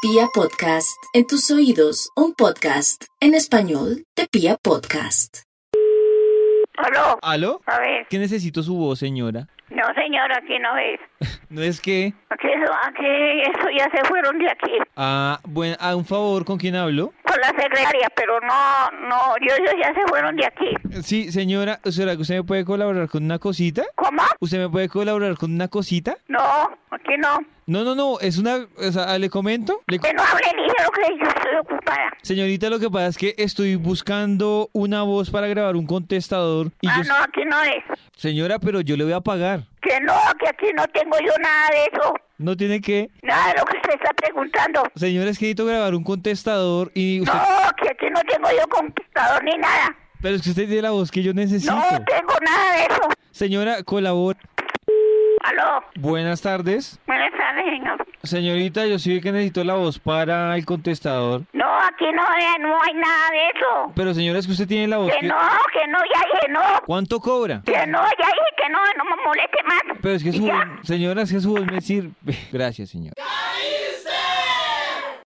Pia Podcast, en tus oídos, un podcast en español de Pia Podcast. Aló, ¿Aló? a ver, ¿Qué necesito su voz, señora? no señora, aquí no es. No es que... Aquí, eso, aquí, eso ya se fueron de aquí, Ah, bueno, a un favor, ¿con quién hablo? con la secretaria, pero no, no, yo, ellos ya se fueron de aquí. Sí, señora, ¿será que usted me puede colaborar con una cosita? ¿Cómo? ¿Usted me puede colaborar con una cosita? No, aquí no. No, no, no, es una... o sea, ah, ¿le comento? Le co- Que no hable ni de lo que yo estoy ocupada. Señorita, lo que pasa es que estoy buscando una voz para grabar un contestador y Ah, yo... no, aquí no es. Señora, pero yo le voy a pagar. Que no, que aquí no tengo yo nada de eso, No tiene que... nada de lo que usted está preguntando. Señora, es que necesito grabar un contestador y usted... No, que aquí no tengo yo computador ni nada. Pero es que usted tiene la voz que yo necesito. No tengo nada de eso. Señora, colabora. Aló, Buenas tardes. buenas tardes, señor. Señorita, yo sí que necesito la voz para el contestador. No, aquí no, es- no hay nada de eso. Pero señora, es que usted tiene la voz. Que que- no, que no, ya dije no. ¿Cuánto cobra? Que no, ya dije que no, no me moleste más. Pero es que su Ya. señora, es que su voz me sirve. Gracias, señora.